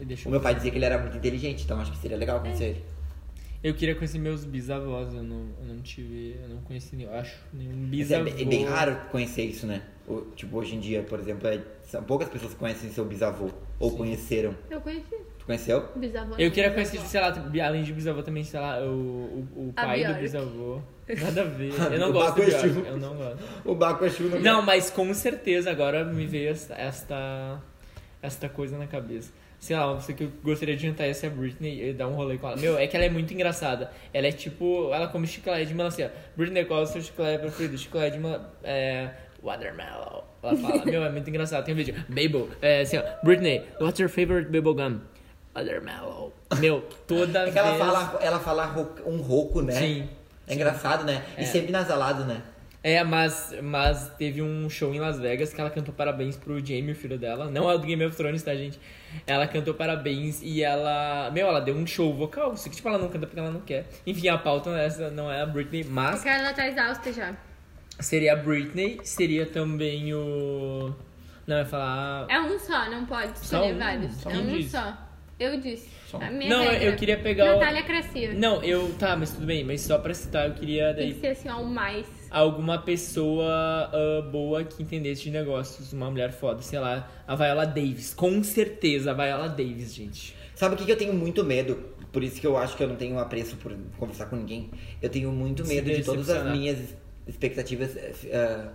E deixa
O
eu-
meu pai dizia que ele era muito inteligente, então acho que seria
É.
legal conhecer ele.
Eu queria conhecer meus bisavós, eu não, eu não tive. Eu não conheci nenhum. Acho nenhum
Mas é
bisavô.
bem, é bem raro conhecer isso, né? O- tipo, hoje em dia, por exemplo, é- são poucas pessoas que conhecem seu bisavô. Ou conheceram.
Eu conheci né?
Tu conheceu?
o bisavô.
Eu queria
bisavó.
conhecer, sei lá, além de bisavô também, sei lá, o, o, o
A
pai do
Bjork. [LAUGHS]
bisavô. Nada
[LAUGHS]
a ver. Eu não
O é tipo
gosto do
Baco
Bjork,
Exu.
eu não gosto.
O Baco é Exu não...
Não, mas com certeza agora me veio esta, esta, esta coisa na cabeça. Sei lá, você que eu gostaria de jantar essa é a Britney e dar um rolê com ela. Meu, é que ela é muito engraçada. Ela é tipo. Ela come chiclete de melancia. Britney, qual é o seu chiclete preferido? Chiclete de melancia. É. Watermelon.
[LAUGHS]
Ela fala. Meu, é muito engraçado. Tem um vídeo. Babel. É assim, ó. Britney, what's your favorite bubblegum? Watermelon. Meu, toda
É
vez.
que ela fala, ela fala ro- um rouco, né?
Sim.
É engraçado, né? E sempre nasalado, né?
É, mas, mas teve um show em Las Vegas que ela cantou parabéns pro Jamie, o filho dela. Não é o do Game of Thrones, tá, gente? Ela cantou parabéns e ela. Meu, ela deu um show vocal. Só que, tipo, ela não canta porque ela não quer. Enfim, a pauta essa não é a Britney,
A
mas
Carla tá exausta já.
seria a Britney, seria também o. Não, eu ia falar.
É um só, não pode
Só
escolher
um,
vários.
só
é
um
um
disse.
só. Eu disse. A minha
Não, eu-
regra.
eu queria pegar o-
Natália Cracia.
Não, eu. Tá, mas tudo bem, mas só pra citar, eu queria
Tem
daí
que ser assim, ó, o mais.
alguma pessoa ah, boa que entendesse de negócios, uma mulher foda, sei lá, a Viola Davis. Com certeza, a Viola Davis, gente.
Sabe o que, que eu tenho muito medo? Por isso que eu acho que eu não tenho apreço por conversar com ninguém. Eu tenho muito
Se
medo de todas as
decepcionar.
minhas expectativas eh, f- ah,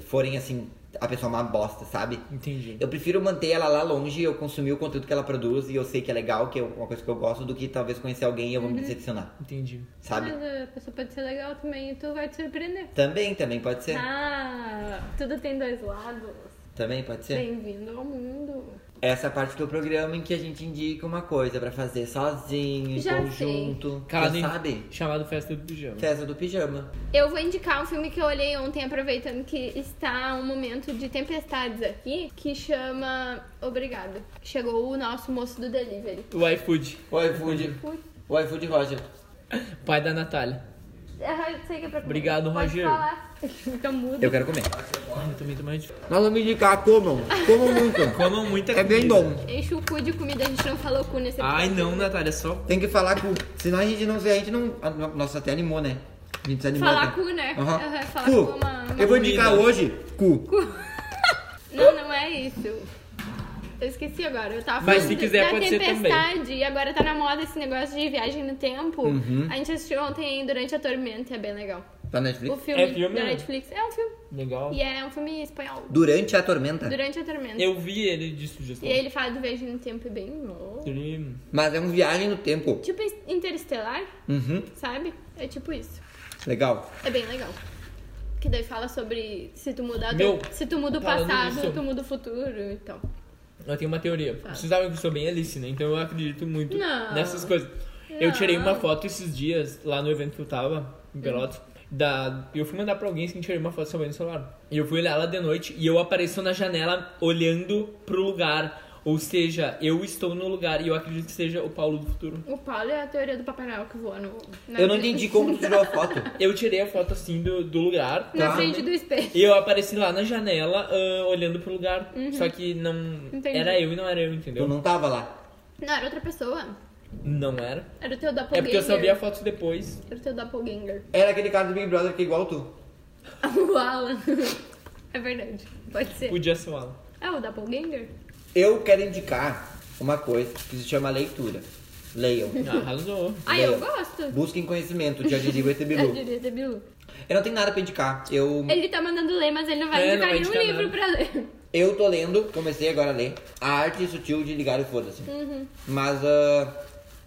forem assim, a pessoa uma bosta, sabe?
Entendi.
Eu prefiro manter ela lá longe e eu consumir o conteúdo que ela produz e eu sei que é legal, que é uma coisa que eu gosto, do que talvez conhecer alguém e eu vou
Uhum.
me decepcionar,
Entendi.
sabe?
Mas a pessoa pode ser legal também e tu vai te surpreender.
Também, também pode ser.
Ah, tudo tem dois lados.
Também pode ser.
Bem-vindo ao mundo.
Essa é a parte do programa em que a gente indica uma coisa pra fazer sozinho, em
Já
conjunto. Já
Calado em-
sabe?
Chamado Festa do Pijama.
Festa do pijama.
Eu vou indicar um filme que eu olhei ontem, aproveitando que está um momento de tempestades aqui, que chama Obrigado. Chegou o nosso moço do delivery.
O iFood,
O iFood. O iFood Roger.
pai da Natália.
Ah, eu sei que é pra comer.
Obrigado,
Pode
Rogério.
falar. [LAUGHS] Fica mudo.
Eu quero comer.
Ai, eu também tô mais de-
Nós vamos indicar, comam. Comam muito.
Comam muita
é bem
comida.
bom.
Enche o cu de comida, a gente não falou cu nesse
Ai,
episódio.
não, Natália, só.
Tem que falar com. Senão a gente não vê, a gente não. a- Nossa, até animou, né? A gente se animou.
Falar
até.
cu, né?
Aham.
Aham, falar
Cu.
com uma- uma
Eu vou indicar
comida.
hoje cu.
Não, não é isso. Eu esqueci agora. Eu tava
Mas
falando
se quiser,
da
pode ser também.
tempestade e agora tá na moda esse negócio de viagem no tempo.
Uhum.
A gente assistiu ontem durante a tormenta, é bem legal.
Tá na
O
Netflix?
filme,
É filme,
da
né?
Netflix é um filme.
Legal.
E é um filme espanhol.
Durante a tormenta.
Durante a tormenta.
Eu vi ele de sugestão.
E aí ele fala do viagem no tempo é bem novo.
Ele-
Mas é um viagem no tempo.
Tipo interestelar,
Uhum.
sabe? É tipo isso.
Legal.
É bem legal. Que daí fala sobre se tu mudar do-
Meu,
se tu muda o
falando
passado,
nisso.
tu muda o futuro então. e tal.
Eu tenho uma teoria. Vocês sabem que eu sou bem Alice, né? Então eu acredito muito
Não.
nessas coisas. Eu tirei uma
Não.
foto esses dias, lá no evento que eu tava, em Pelotas. Da... Eu fui mandar pra alguém assim, tirei uma foto salvei no celular. E eu fui olhar lá de noite e eu apareço na janela olhando pro lugar. Ou seja, eu estou no lugar e eu acredito que seja o Paulo do futuro.
O Paulo é a teoria do Papai Noel que voa no. na
Eu não
frente-
entendi como tu tirou a
[LAUGHS]
foto.
Eu tirei a foto assim do, do lugar.
Na
Tá.
frente do espelho.
E eu apareci lá na janela, ah, olhando pro lugar. Só que não.
Uhum. Entendi.
Era eu e não era eu,
Eu
entendeu?
não tava lá.
Não, era outra pessoa.
Não era.
Era o teu
É
doppelganger.
porque eu só vi a foto depois.
Era o teu doppelganger.
Era aquele cara do Big Brother que é igual tu.
O Alan. É verdade. Pode ser.
Podia ser um ela.
É o doppelganger?
Eu quero indicar uma coisa que se chama leitura.
[LAUGHS]
Leiam.
Ah, arrasou.
Ah, eu gosto.
Busquem conhecimento de Adirigo
Eu
Etebilu.
diria The Bilu.
Eu não tenho nada pra indicar. Eu,
Ele tá mandando ler, mas ele não vai
É,
indicar
não vai
nenhum
indicar
livro
nada.
pra
É
ler.
eu tô lendo, comecei agora a ler, A Arte Sutil de Ligar o Foda-se. Mas, ah,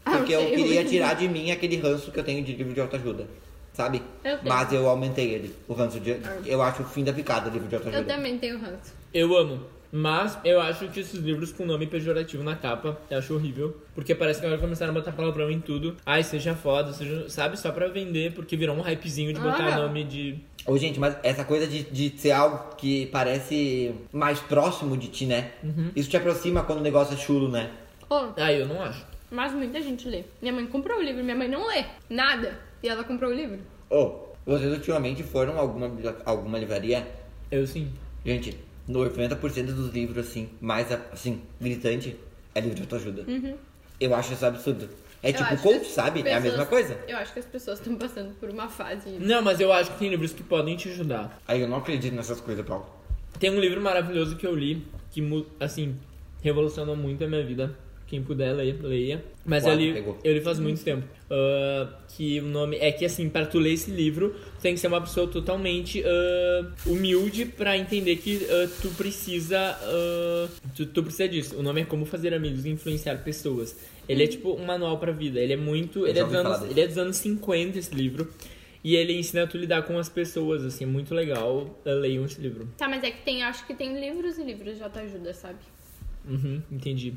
Uhum. Ah,
porque eu
ok.
queria tirar de mim aquele ranço que eu tenho de livro de autoajuda. Sabe?
Eu tenho. Ah.
Mas eu aumentei ele. O ranço de. Eu acho o fim da picada o livro de autoajuda.
Eu também tenho ranço.
Eu amo. Mas eu acho que esses livros com nome pejorativo na capa, eu acho horrível. Porque parece que agora começaram a botar palavrão em tudo. Ai, seja foda, seja. Sabe? Só pra vender, porque virou um hypezinho de botar
Ah.
nome de.
Ô, gente, mas essa coisa de, de ser algo que parece mais próximo de ti, né? Isso te aproxima quando o negócio é chulo, né?
Oh,
Ah, eu não acho.
mas muita gente lê. Minha mãe comprou o livro, minha mãe não lê. Nada. E ela comprou o livro.
Ou, vocês ultimamente foram a alguma, bibli- alguma livraria?
Eu sim.
Gente, 90% dos livros, assim, mais, assim, gritante, é livro de autoajuda. Eu acho isso absurdo. É
Uhum. Eu
tipo,
acho
coach,
que as
sabe? É a
pessoas-
mesma coisa.
Eu acho que as pessoas estão passando por uma fase.
Não, mas eu acho que tem livros que podem te ajudar.
Aí eu não acredito nessas coisas, Paulo.
Tem um livro maravilhoso que eu li, que, mu- assim, revolucionou muito a minha vida. Quem puder, leia. leia. Mas eu
Quase
li,
pegou.
eu li faz muito tempo. Ah, que o nome é que, assim, pra tu ler esse livro, tu tem que ser uma pessoa totalmente ah, humilde pra entender que ah, tu precisa. ah, tu, tu precisa disso. O nome é Como Fazer Amigos e Influenciar Pessoas. Ele é tipo um manual pra vida. Ele é muito. Ele
já
é, dos
ouvi falar
anos,
dele.
ele é dos anos 50, esse livro. E ele ensina tu lidar com as pessoas, assim, muito legal. Ah, Leiam esse livro.
Tá, mas é que tem, acho que tem livros e livros de autoajuda, sabe?
Uhum, entendi.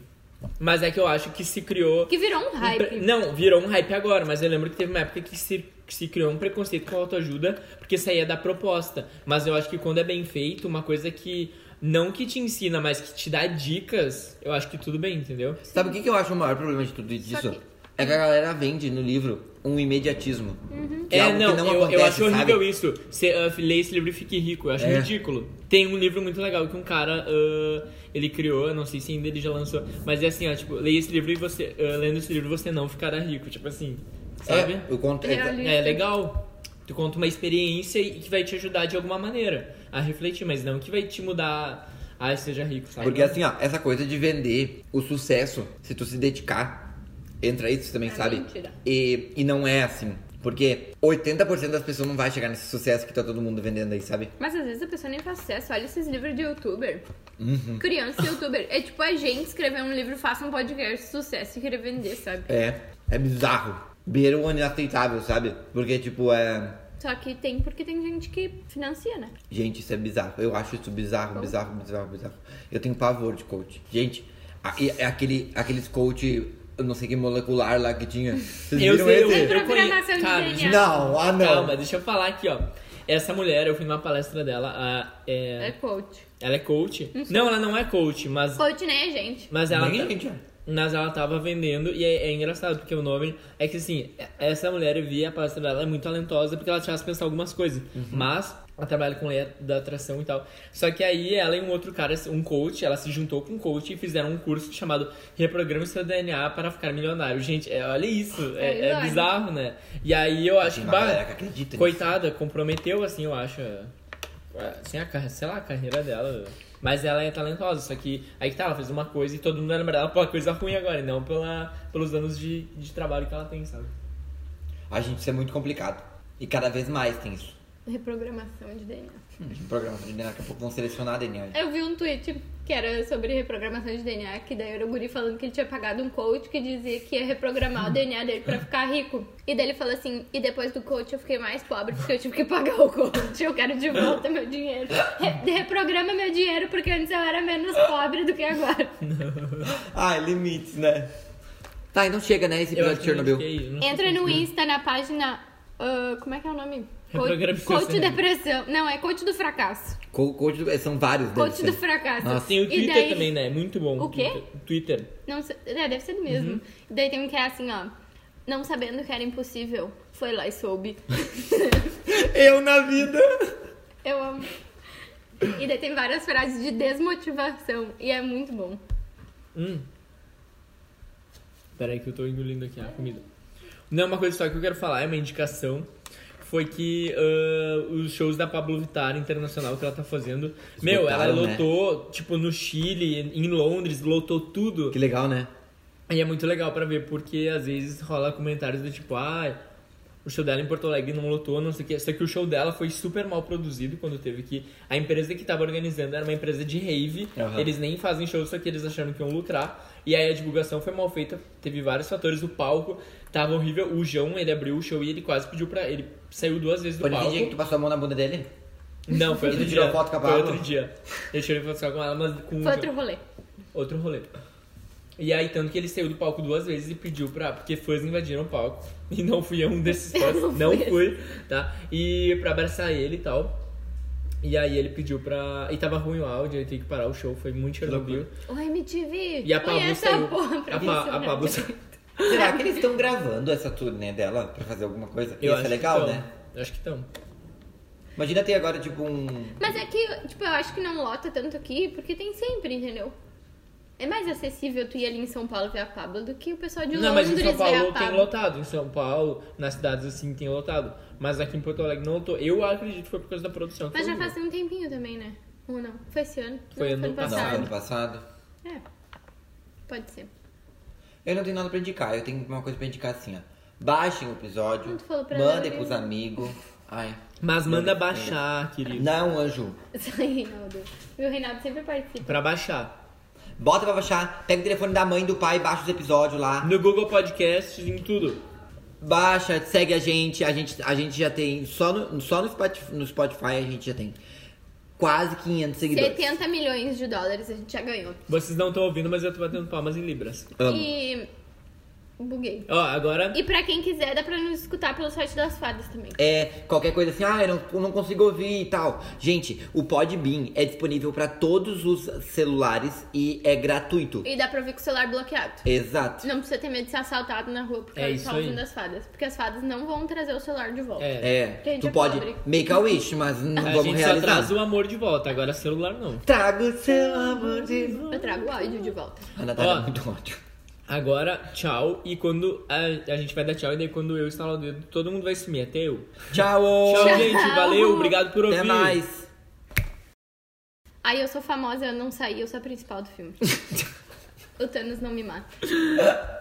Mas é que eu acho que se criou.
Que virou um
um pre-
hype.
Não, virou um hype agora, mas eu lembro que teve uma época que se, que se criou um preconceito com a autoajuda, porque saía da proposta. Mas eu acho que quando é bem feito, uma coisa que. Não que te ensina, mas que te dá dicas, eu acho que tudo bem, entendeu?
Sabe o que, que eu acho o maior problema de tudo isso?
que-
É que a galera vende no livro um imediatismo. Que
Uhum.
É,
algo que
não, eu, eu acho
sabe?
horrível isso. Você ah, lê esse livro e fique rico, eu acho
É.
ridículo. Tem um livro muito legal que um cara ah, ele criou, eu não sei se ainda ele já lançou, mas é assim, ó, tipo, leia esse livro e você. ah, lendo esse livro você não ficará rico. Tipo assim, sabe?
É, eu conto,
Reali-
É legal. Tu conta uma experiência e que vai te ajudar de alguma maneira a refletir, mas não que vai te mudar a seja rico, sabe?
Porque assim, ó, essa coisa de vender o sucesso, se tu se dedicar, entra isso também,
É
sabe?
mentira.
E, e não é assim. Porque 80% das pessoas não vai chegar nesse sucesso que tá todo mundo vendendo aí, sabe?
Mas às vezes a pessoa nem faz sucesso. Olha esses livros de youtuber.
Uhum.
Criança youtuber. É tipo a gente escrever um livro, faça um podcast, sucesso e querer vender, sabe?
É, é bizarro. Beira o inaceitável, sabe? Porque, tipo, é.
Só que tem porque tem gente que financia, né?
Gente, isso é bizarro. Eu acho isso bizarro, bizarro, bizarro, bizarro. Eu tenho pavor de coach. Gente, a- e- é aquele, aqueles coach, eu não sei que molecular lá que tinha. Vocês
Eu
viram
sei, eu,
esse?
Tem
eu
programação
conheço.
de
Cara,
DNA.
Não, ah não.
calma, deixa eu falar aqui, ó. Essa mulher, eu fui numa palestra dela, a, é,
É coach.
ela é coach. Não, ela não é coach, mas,
Coach, né, gente?
mas ela.
Nem
tá-
a gente, é. ó.
Mas ela tava vendendo e é, é engraçado, porque o nome é que assim, essa mulher eu vi a palestra dela, ela é muito talentosa porque ela te faz pensar algumas coisas. Mas ela trabalha com lei da atração e tal. Só que aí ela e um outro cara, um coach, ela se juntou com um coach e fizeram um curso chamado Reprograma seu DNA para ficar milionário. Gente, é, olha isso,
É
é, é
verdade.
bizarro, né? E aí eu acho
Tem
que.
uma
bah,
galera que acredita nisso.
coitada, comprometeu, assim, eu acho. Assim, a, carre- sei lá, a carreira dela. Mas ela é talentosa, só que aí que tá, ela fez uma coisa e todo mundo lembra dela pela coisa ruim agora, e não pela, pelos anos de, de trabalho que ela tem, sabe?
A gente, isso é muito complicado. E cada vez mais tem isso.
Reprogramação de DNA.
Hum, Programação de DNA, daqui a pouco vão
[LAUGHS]
selecionar DNA.
Eu vi um tweet que era sobre reprogramação de DNA, que daí era o guri falando que ele tinha pagado um coach que dizia que ia reprogramar o DNA dele pra ficar rico. E daí ele falou assim, e depois do coach eu fiquei mais pobre porque eu tive que pagar o coach, eu quero de volta meu dinheiro. Re- reprograma meu dinheiro porque antes eu era menos pobre do que agora.
Ai, limites, né? Tá, então chega, né? Esse episódio de Chernobyl.
Entra no Insta, na página... ah, como é que é o nome? Co-
Reprograma seu
Coach
cérebro.
depressão. Não, é coach do fracasso.
Co- coach do- eh, São vários deles,
Coach do
né?
fracasso.
Nossa.
Tem o
E
Twitter
daí-
também, né? Muito bom.
O quê?
Twitter.
Não, sa- é, deve ser do
Uhum.
mesmo. E Daí tem um que é assim, ó. Não sabendo que era impossível, foi lá e
[LAUGHS]
soube.
Eu na vida!
Eu amo. E daí tem várias frases de desmotivação. E é muito bom.
Hum. Peraí que eu tô engolindo aqui a comida. Não, uma coisa só que eu quero falar, é uma indicação. Foi que ah, os shows da Pablo Vittar internacional que ela tá fazendo. meu, ela
Esgotaram, né?
lotou, tipo, no Chile, em Londres, lotou tudo.
Que legal, né?
E é muito legal pra ver, porque às vezes rola comentários do tipo, ah, o show dela em Porto Alegre não lotou, não sei o que. Só que o show dela foi super mal produzido quando teve que. A empresa que tava organizando era uma empresa de rave,
Aham.
eles nem fazem show, só que eles acharam que iam lucrar. E aí a divulgação foi mal feita, teve vários fatores, o palco tava horrível. O João, ele abriu o show e ele quase pediu pra. Ele saiu duas vezes do
Pode fingir que tu
palco.
passou a mão na bunda dele?
Não,
[LAUGHS]
foi
E tu
outro
tirou
dia.
foto com a
foi
Pabllo?
outro dia. Eu tirei foto com ela, mas com tipo, o
Foi
João.
outro rolê.
Outro rolê. E aí, tanto que ele saiu do palco duas vezes e pediu pra. Porque fãs invadiram o palco. [LAUGHS] E não fui eu um desses fãs. não fui, tá? E pra abraçar ele e tal. E aí ele pediu pra. E tava ruim o áudio, ele teve que parar o show, foi muito Chernobyl.
O MTV!
E a Pablo
conhece
saiu.
porra pra né?
a, pa... a
[LAUGHS] funcionar.
Pablo sa-
Será que eles estão gravando essa turnê dela pra fazer alguma coisa? Ia ser legal,
que tão.
né?
Eu acho que estão.
Imagina ter agora, tipo, um.
Mas é que, tipo, eu acho que não lota tanto aqui, porque tem sempre, entendeu? É mais acessível tu ir ali em São Paulo ver a Pablo do que o pessoal de
Não, mas
Londres é
em São
ver a
Paulo tem
Pablo.
lotado. Em São Paulo, nas cidades assim, tem lotado. Mas aqui em Porto Alegre não lotou. Eu acredito que foi por causa da produção. que
Mas
foi
já
horrível.
faz um tempinho também, né? Ou não? Foi esse ano? não,
Foi ano
foi ano
Não,
passado.
ano passado.
É. Pode ser. [LAUGHS]
Eu não tenho nada pra indicar, eu tenho uma coisa pra indicar assim, ó. Baixem o episódio,
Não, tu falou pra
mandem
ela,
pros
né?
amigos. Ai.
Mas manda baixar, querido.
Não, anjo.
Isso aí, Reinaldo. E o Reinaldo sempre participa.
Pra baixar.
Bota pra baixar, pega o telefone da mãe e do pai, baixa os episódios lá.
No Google Podcasts, em tudo.
Baixa, segue a gente. A gente, a gente já tem. Só, no, só no, Spotify, no Spotify a gente já tem quase 500 seguidores.
70 milhões de dólares a gente já ganhou.
Vocês não estão ouvindo, mas eu tô batendo palmas em Libras.
Amo.
E. Buguei.
Ó, agora.
E pra quem quiser, dá pra nos escutar pelo site das fadas também.
É, qualquer coisa assim, ah, eu não, eu não consigo ouvir e tal. Gente, o Podbean é disponível pra todos os celulares e é gratuito.
E dá pra ouvir com o celular bloqueado.
Exato.
Não precisa ter medo de ser assaltado na rua porque
É
é
isso
tá
aí.
ouvindo as fadas. Porque as fadas não vão trazer o celular de volta.
É.
É,
Porque a gente
tu
é
pode
pobre.
make a wish, mas não
[LAUGHS] A
vamos
gente só
realizar.
traz o amor de volta, agora celular não.
Traga o seu amor de...
Eu trago o áudio de volta.
A Natália
Ó.
é muito ódio.
Agora, tchau. E quando a, a gente vai dar tchau, e daí quando eu instalar o dedo, todo mundo vai sumir, até eu.
Tchau!
Tchau, gente. Valeu, obrigado por ouvir.
Até mais!
Aí eu sou
[LAUGHS]
famosa, eu não saí, eu sou a principal do filme. o Thanos não me mata.